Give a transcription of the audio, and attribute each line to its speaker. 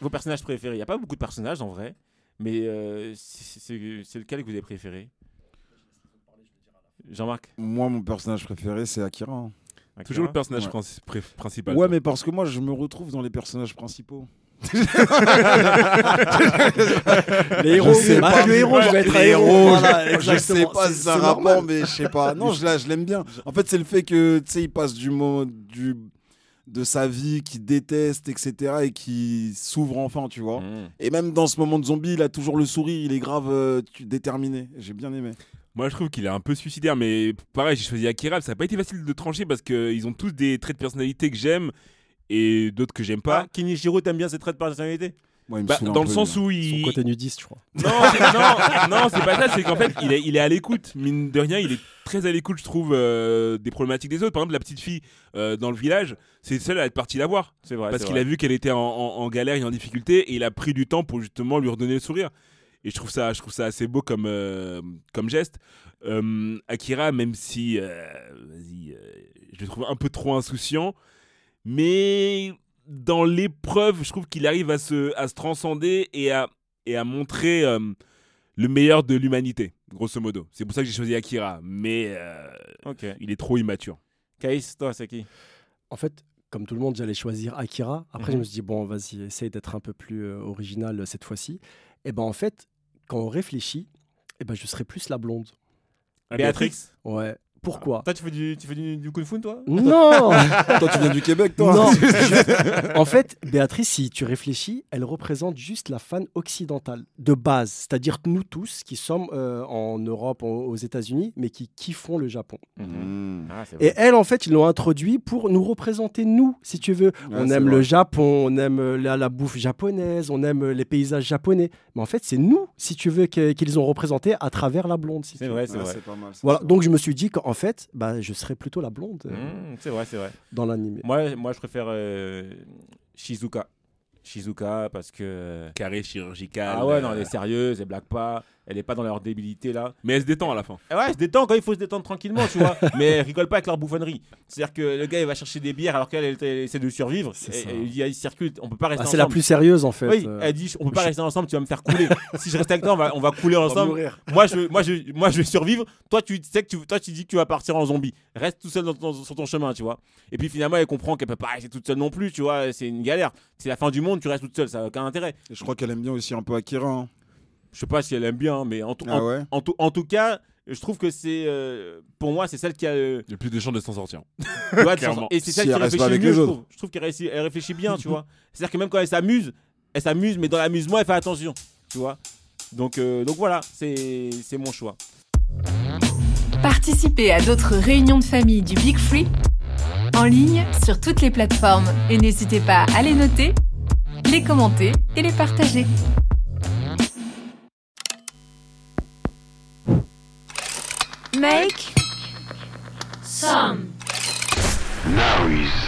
Speaker 1: Vos personnages préférés. Il n'y a pas beaucoup de personnages en vrai, mais euh, c'est c'est- c'est lequel que vous avez préféré Jean-Marc
Speaker 2: Moi, mon personnage préféré, c'est Akira. hein.
Speaker 3: Toujours le personnage
Speaker 2: Ouais.
Speaker 3: princi- pré- principal.
Speaker 2: ouais,
Speaker 3: toi.
Speaker 2: mais parce que moi, je me retrouve dans les personnages principaux.
Speaker 4: Les héros,
Speaker 2: Je sais
Speaker 4: c'est
Speaker 2: pas.
Speaker 4: pas le héros, je vais être un héros. Voilà,
Speaker 2: je
Speaker 4: exactement.
Speaker 2: sais pas
Speaker 4: C'est-
Speaker 2: si ça
Speaker 4: c'est
Speaker 2: rapport,
Speaker 4: normal.
Speaker 2: mais je sais pas. Non, je la- je l'aime bien. En fait, c'est le fait que, tu sais, il passe du mot du de sa vie qu'il déteste, etc., et qui s'ouvre enfin, tu
Speaker 3: Mm.
Speaker 2: vois.
Speaker 1: Mmh.
Speaker 2: Et même dans ce moment de zombie, il a toujours le sourire, il est grave euh, tu- déterminé. J'ai bien aimé.
Speaker 3: Moi, je trouve qu'il est un peu suicidaire, mais pareil, j'ai choisi Akira. Ça n'a pas été facile de trancher parce qu'ils ont tous des traits de personnalité que j'aime et d'autres que j'aime
Speaker 1: Ah,
Speaker 3: pas.
Speaker 1: Kenichiro, t'aimes bien ses traits de personnalité
Speaker 2: Moi, il me
Speaker 3: Bah,
Speaker 2: saoule un
Speaker 3: dans le
Speaker 2: peu,
Speaker 3: sens
Speaker 2: lui. hein.
Speaker 3: où
Speaker 4: Son
Speaker 3: il.
Speaker 4: côté nudiste, je crois.
Speaker 3: Non, c'est- non, non, c'est pas ça, c'est qu'en fait, il est, il est à l'écoute. Mine de rien, il est très à l'écoute, je trouve, euh, des problématiques des autres. Par exemple, la petite fille euh, dans le village, c'est celle à être partie la voir.
Speaker 1: C'est vrai.
Speaker 3: parce
Speaker 1: c'est
Speaker 3: qu'il
Speaker 1: vrai.
Speaker 3: a vu qu'elle était en, en- en galère et en difficulté et il a pris du temps pour justement lui redonner le sourire. Et je trouve ça, je trouve ça assez beau comme, euh, comme geste. Euh, Akira, même si euh, vas-y, euh, je le trouve un peu trop insouciant, mais dans l'épreuve, je trouve qu'il arrive à se, à se transcender et à, et à montrer euh, le meilleur de l'humanité, grosso modo. C'est pour ça que j'ai choisi Akira, mais euh,
Speaker 1: Ok.
Speaker 3: il est trop immature.
Speaker 1: Caïs, toi, c'est qui
Speaker 4: En fait, comme tout le monde, j'allais choisir Akira. Après, je
Speaker 1: Mhm.
Speaker 4: me suis dit, bon, vas-y, essaye d'être un peu plus euh, original euh, cette fois-ci. Et ben, en fait, quand on réfléchit, et ben, je serais plus la blonde.
Speaker 1: Béatrix
Speaker 4: Ouais. Pourquoi
Speaker 1: Toi, tu fais du, tu fais du, du kung fu, toi
Speaker 4: Non
Speaker 2: Toi, tu viens du Québec, toi
Speaker 4: Non je- En fait, Béatrice, si tu réfléchis, elle représente juste la fan occidentale de base, c'est-à-dire nous tous qui sommes euh, en Europe, en- aux États-Unis, mais qui kiffons le Japon.
Speaker 3: Mm.
Speaker 2: Mmh.
Speaker 1: Ah, c'est vrai.
Speaker 4: Et elle, en fait, ils l'ont introduit pour nous représenter, nous, si tu veux.
Speaker 2: Ouais,
Speaker 4: on
Speaker 2: c'est
Speaker 4: aime
Speaker 2: vrai.
Speaker 4: le Japon, on aime euh, la, la bouffe japonaise, on aime euh, les paysages japonais. Mais en fait, c'est nous, si tu veux, que- qu'ils ont représenté à travers la blonde. si tu
Speaker 1: C'est
Speaker 4: veux.
Speaker 1: vrai, Ah, c'est
Speaker 2: Ouais,
Speaker 1: vrai.
Speaker 2: c'est pas mal. ça,
Speaker 4: Voilà,
Speaker 2: c'est
Speaker 4: donc je me suis dit qu'en fait, bah, je serais plutôt la blonde euh,
Speaker 1: Mmh, c'est vrai, c'est vrai.
Speaker 4: dans l'anime.
Speaker 1: Moi, moi je préfère euh, Shizuka. Shizuka, parce que. euh,
Speaker 3: Carré chirurgical.
Speaker 1: Ah ouais, non,
Speaker 3: euh,
Speaker 1: elle est sérieuse, elle blague pas, elle est pas dans leur débilité là.
Speaker 3: Mais elle se détend à la fin.
Speaker 1: Et Eh ouais, elle se détend quand il faut se détendre tranquillement, tu vois. mais elle rigole pas avec leur bouffonnerie. C'est-à-dire que le gars, il va chercher des bières alors qu'elle, elle, elle essaie de survivre.
Speaker 4: C'est
Speaker 1: Et-
Speaker 4: ça.
Speaker 1: et il dit, ah, il circule, on peut pas rester
Speaker 4: Ah, c'est
Speaker 1: ensemble.
Speaker 4: la plus sérieuse, en fait.
Speaker 1: Oui,
Speaker 4: euh,
Speaker 1: elle dit, on peut pas
Speaker 4: je-
Speaker 1: rester ensemble, tu vas me faire couler. si je reste avec toi, on va, on va couler
Speaker 4: pour
Speaker 1: ensemble.
Speaker 4: mourir.
Speaker 1: moi, je, moi, je, moi, je vais survivre. Toi, tu sais que tu, toi, tu dis que tu vas partir en zombie. Reste tout seul dans ton- sur ton chemin, tu vois. Et puis finalement, elle comprend qu'elle peut pas rester toute seule non plus, tu vois. C'est une galère. C'est la fin du monde, tu restes toute seule, ça a aucun intérêt.
Speaker 2: vrai. Et Je crois qu'elle aime bien aussi un peu Akira. hein.
Speaker 1: Je sais pas si elle aime bien, mais en tout, en-
Speaker 2: Ah ouais
Speaker 1: en tout, en tout cas, je trouve que c'est, euh, pour moi, c'est celle qui a le.
Speaker 3: Il y a plus de chances de s'en sortir.
Speaker 1: tu vois, de
Speaker 3: Clairement.
Speaker 1: sens- Et c'est celle
Speaker 2: Si
Speaker 1: qui
Speaker 2: elle reste
Speaker 1: réfléchit
Speaker 2: pas
Speaker 1: le
Speaker 2: avec
Speaker 1: mieux,
Speaker 2: les
Speaker 1: je
Speaker 2: autres.
Speaker 1: trouve. Je trouve qu'elle réussit- elle réfléchit bien, tu vois. C'est-à-dire que même quand elle s'amuse, elle s'amuse, mais dans l'amusement, elle fait attention, tu vois. Donc, euh, donc voilà, c'est c'est mon choix.
Speaker 5: Participez à d'autres réunions de famille du Big Free en ligne sur toutes les plateformes et n'hésitez pas à les noter, les commenter et les partager. Make
Speaker 6: Now he's